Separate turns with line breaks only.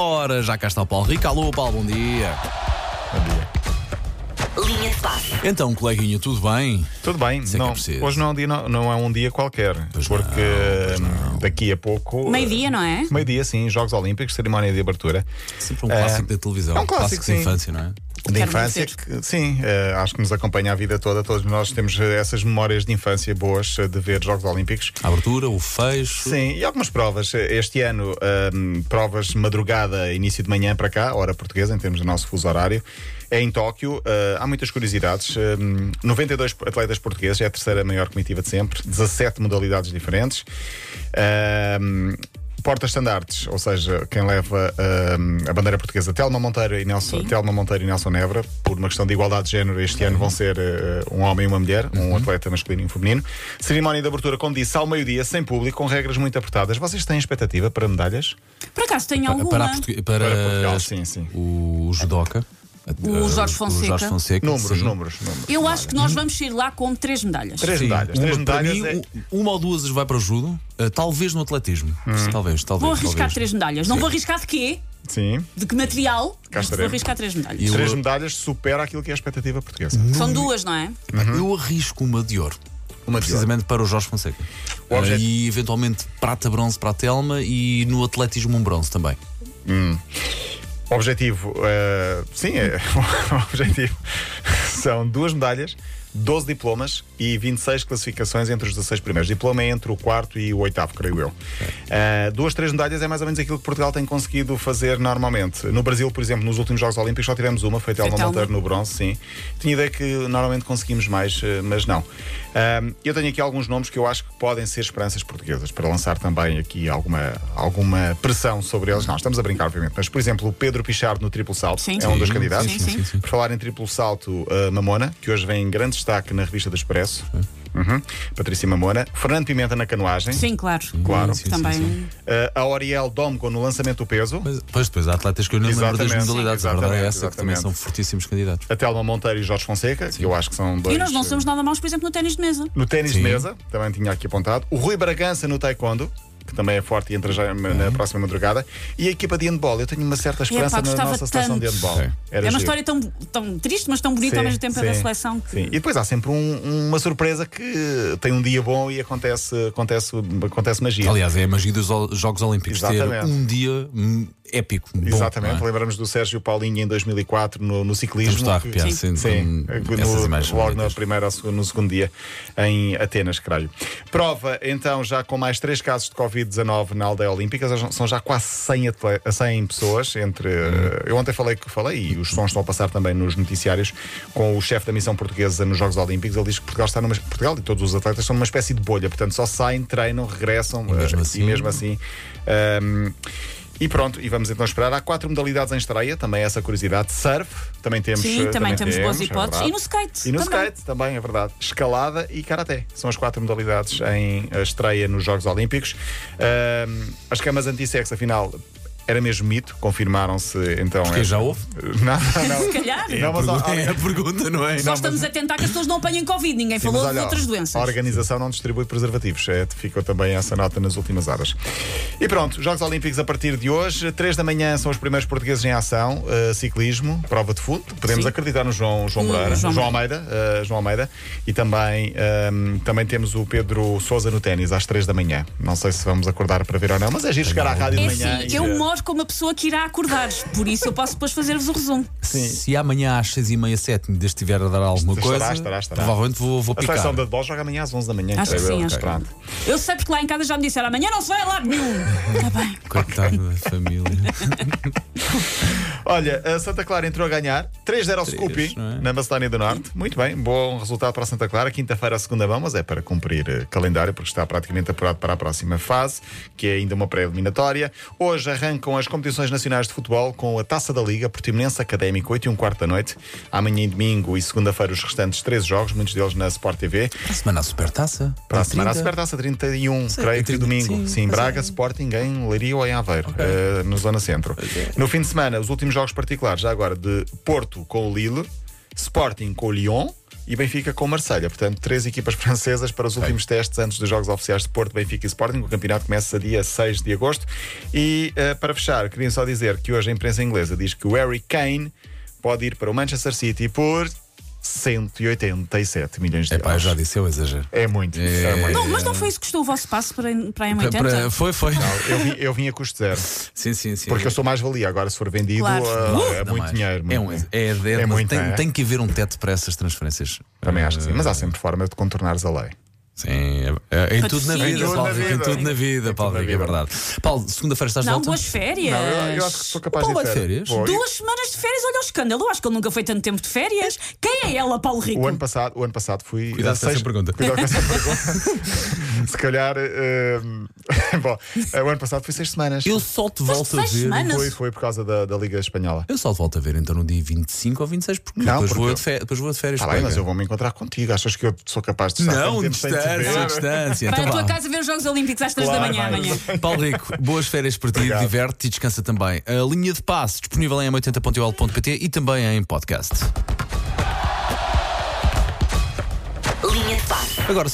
Ora, já cá está o Paulo Rico. Alô, Paulo, bom dia.
Linha de passe.
Então, coleguinha, tudo bem?
Tudo bem,
é que
não-
é preciso.
hoje não é, um dia, não, não é um dia qualquer, porque hum, daqui a pouco.
Meio-dia, não é?
eh, Meio-dia, sim, Jogos Olímpicos, cerimónia de abertura.
Sempre um clássico da televisão.
é um clássico,
de
sim.
infância, não é?
De
Quero
infância, que, sim, eh, acho que nos acompanha a vida toda. Todos nós temos eh, essas memórias de infância boas eh, de ver Jogos Olímpicos.
A abertura, o fecho.
Sim, e algumas provas. Este ano, hum, provas de madrugada, início de manhã para cá, hora portuguesa, em termos do nosso fuso horário. É em Tóquio, uh, há muitas curiosidades. Hum, 92 atletas portugueses, é a terceira maior comitiva de sempre, 17 modalidades diferentes. Hum, Porta-estandartes, ou seja, quem leva hum, a bandeira portuguesa Telma Monteiro, e Nelson,
Sim.
Telma Monteiro e Nelson Nebra, por uma questão de igualdade de género, este ano vão ser eh, um homem e uma mulher,
Uhum.
um atleta masculino e um feminino. Cerimónia de abertura, como disse, ao meio-dia, sem público, com regras muito apertadas. Vocês têm expectativa para medalhas?
Por acaso tenho
Para,
alguma.
para, a portu- para
Para Portugal, sim, sim.
o judoca. Eh,
O Jorge
O Jorge
Fonseca.
Fonseca,
Números,
É sim.
números, números.
Eu acho que nós vamos sair lá com três medalhas.
Hum. Três
Sim,
medalhas. Três
uma, para
medalhas
mim,
é- Uhum.
u- uma ou duas vai para o judo, eh, talvez no atletismo. Talvez, talvez.
Vou arriscar
talvez.
três medalhas. Não vou arriscar de quê?
Sim.
De que material? Mas Vou
estaremos.
arriscar três medalhas.
Eu-
Três medalhas supera aquilo que é a expectativa portuguesa.
Uhum.
São duas, não é?
Eu arrisco uma de ouro.
Uma Uhum. de
precisamente para o Jorge Fonseca.
O objeto-
Eh, E eventualmente prata, bronze para a Telma e no atletismo um bronze também.
Objetivo, eh, sim, é o objetivo. São duas medalhas, 12 diplomas e 26 classificações entre os 16 primeiros. Diploma é entre o quarto e o oitavo, creio eu. Eh, duas, três medalhas é mais ou menos aquilo que Portugal tem conseguido fazer normalmente. No Brasil, por exemplo, nos últimos Jogos Olímpicos só tivemos uma, foi Telma
Telma.
Monteiro no bronze, sim. Tinha ideia que normalmente conseguimos mais, eh, mas não. Ah, eu tenho aqui alguns nomes que eu acho que podem ser esperanças portuguesas, para lançar também aqui alguma, alguma pressão sobre eles. Não, estamos a brincar, obviamente, mas por exemplo, o Pedro Pichardo no triplo salto
Sim.
é um dos
Sim,
candidatos.
sim, sim, sim.
Por falar em triplo salto, ah, Mamona, que hoje vem em grande destaque na revista do Expresso. Uhum. Patrícia Mamona. Fernando Pimenta na canoagem.
Sim, claro.
Claro.
Sim, sim,
Também.
sim.
Ah, a Oriel Domco no lançamento do peso.
Mas, pois depois há atletas que eu não me lembro das
Exatamente,
modalidades. A verdade é
exatamente,
essa, que também
exatamente.
são fortíssimos candidatos.
A Telma Monteiro e Jorge Fonseca, que eu acho que são dois.
E nós não
eh,
somos nada maus, por exemplo, no ténis de mesa.
No ténis de
Sim.
mesa, também tinha aqui apontado. O Rui Bragança no taekwondo, que também é forte e entra já na próxima madrugada. E a equipa de handball. Eu tenho uma certa esperança
Epá,
na
gostava
nossa seleção de
tanto.
handball.
Sim.
Era
é uma
giro.
história tão, tão triste, mas tão bonita
Sim,
ao mesmo tempo é da
sim,
seleção. que-
Sim. E depois há sempre um- uma surpresa que tem um dia bom e acontece, acontece, acontece magia.
Aliás, é a magia dos Ol- Jogos Olímpicos ter
Exatamente.
um dia hum, épico. bom,
Exatamente,
não é?
lembramos do Sérgio Paulinho em 2004 no, no ciclismo.
Estamos a
que-
arrepiar, sim,
Sim,
com
no-
essas imagens.
logo na
bonitas.
primeira, ou seg- no segundo dia em Atenas, creio. Prova, então, já com mais três casos de Covid-19 na aldeia olímpica, já- são já quase 100, atle- 100 pessoas. Entre, Eu ontem falei que falei, e os sons estão a passar também nos noticiários, com o chefe da missão portuguesa nos Jogos Olímpicos. Ele diz que Portugal está numa. Portugal e todos os atletas estão numa espécie de bolha, portanto, só saem, treinam, regressam,
E mesmo
eh,
assim-
e mesmo assim Ahm, e pronto, e vamos então esperar. Há quatro modalidades em estreia, também essa curiosidade. Surf, também temos.
Sim,
eh,
também temos boas hipóteses.
verdade.
E no skate
E no
também.
skate também, é verdade. Escalada e karaté. São as quatro modalidades em eh, estreia nos Jogos Olímpicos. Ahm, as camas anti-sexo, afinal, era mesmo mito, confirmaram-se então.
Porque
eh,
já houve?
Não, não, não.
Se calhar.
Não, mas,
Pergunta-
ó,
é a pergunta, não é?
Nós estamos a tentar que as pessoas não apanhem Covid. Ninguém
Sim,
falou
mas
de
olha,
outras doenças.
A organização não distribui preservativos. É, ficou também essa nota nas últimas horas. E pronto, Jogos Olímpicos a partir de hoje. Três da manhã são os primeiros portugueses em ação. eh, ciclismo, prova de fundo. Podemos
Sim.
acreditar no João, João
No
Moreira.
João
João Almeida. eh, João Almeida. E também, ehm, também temos o Pedro Souza no ténis às três da manhã. Não sei se vamos acordar para ver ou não, mas é giro chegar à rádio
É
de manhã.
assim,
e
eu
ver.
moro com uma pessoa que irá acordar, por isso eu posso depois fazer-vos o resumo.
Se amanhã às 6 e meia, 7 ainda estiver a dar alguma
Estará,
coisa,
estará, estará.
provavelmente vou, vou
A
picar.
seleção de futebol joga amanhã às 11 da manhã.
Acho que
creio
sim,
eu.
acho que
Pronto.
Eu sei porque lá em casa já me disseram amanhã não se vai a lado nenhum. Está bem.
Coitado da família.
Olha, a Santa Clara entrou a ganhar 3-0 ao Scoopy
não é?
na Macedónia do Norte. Muito bem, bom resultado para a Santa Clara. Quinta-feira, a segunda mão, mas é para cumprir eh, calendário, porque está praticamente apurado para a próxima fase, que é ainda uma pré-eliminatória. Hoje arrancam as competições nacionais de futebol com a Taça da Liga, Portimonense Académico, 8 e um quarto da noite. Amanhã, e domingo e segunda-feira, os restantes 13 jogos, muitos deles na Sport TV.
Para a semana à Supertaça.
Para a semana, a
30.
Supertaça 31, creio que
30, sim,
domingo. Sim,
pois é.
Braga, Sporting em Leiria ou em Aveiro, eh, no Zona Centro.
é.
No fim de semana, os últimos jogos particulares, já agora, de Porto com o Lille, Sporting com o Lyon, e Benfica com Marselha. Portanto, três equipas francesas para os últimos testes antes dos Jogos Oficiais de Porto, Benfica e Sporting. O campeonato começa dia 6 de agosto. E eh, para fechar, queria só dizer que hoje a imprensa inglesa diz que o Harry Kane pode ir para o Manchester City por 187 milhões de
É pá, eu
euros.
já disse, eu exagero.
É muito. É muito.
Não, mas não foi isso que custou o vosso passo para, a- para a M80?
Para- foi, foi.
Eu, vim, eu vim a custo zero.
Sim, sim, sim.
Porque eu sou mais valia. Agora, se for vendido,
Claro.
ah,
Não,
é
ainda
muito
mais.
dinheiro. muito
é, um, é,
dinheiro.
é,
É
mas
muito,
tem,
não é?
tem Eh. que haver um teto para essas transferências.
Também acho que sim. Mas há sempre forma de contornar a lei.
Sim, é, é- é em tudo na
Patrocínio.
vida,
Em tudo
Paulo
na
Rico, em
vida.
tudo na vida,
Em
Paulo
tudo na
Rico, é
vida.
verdade. Paulo, segunda-feira estás de
Não,
volta?
boas férias.
Não, eu, eu acho que sou capaz
O
de
Paulo
ir
vai de férias?
Vou.
Duas semanas de férias, olha o escândalo. Eu acho que ele nunca foi tanto tempo de férias. Quem é ela, Paulo Rico?
O ano passado, o ano passado fui. eh,
Cuidado com
seis-
essa pergunta.
Cuidado com essa pergunta. Se calhar. eh, bom, eh, o ano passado foi seis semanas.
Eu só te volto a
seis
ver.
semanas?
Foi, foi por causa da, da Liga Espanhola.
Eu só te volto a ver então no dia 25 ou 26, porque
Não,
depois,
porque
vou eu
eu-
de fe- depois vou de férias.
Está Tá bem,
colega.
mas eu vou me encontrar contigo. Achas que eu sou capaz de estar
Não,
tanto tempo sem te
distância,
ver?
distância.
Vai
Então
à tua
vá.
casa ver os Jogos Olímpicos às três
Claro,
da manhã
vai.
amanhã.
Paulo Rico, boas férias para ti,
Obrigado.
diverte-te e descansa também. A linha de passe disponível em m80.ol.pt e também em podcast.
Linha de passe.
Agora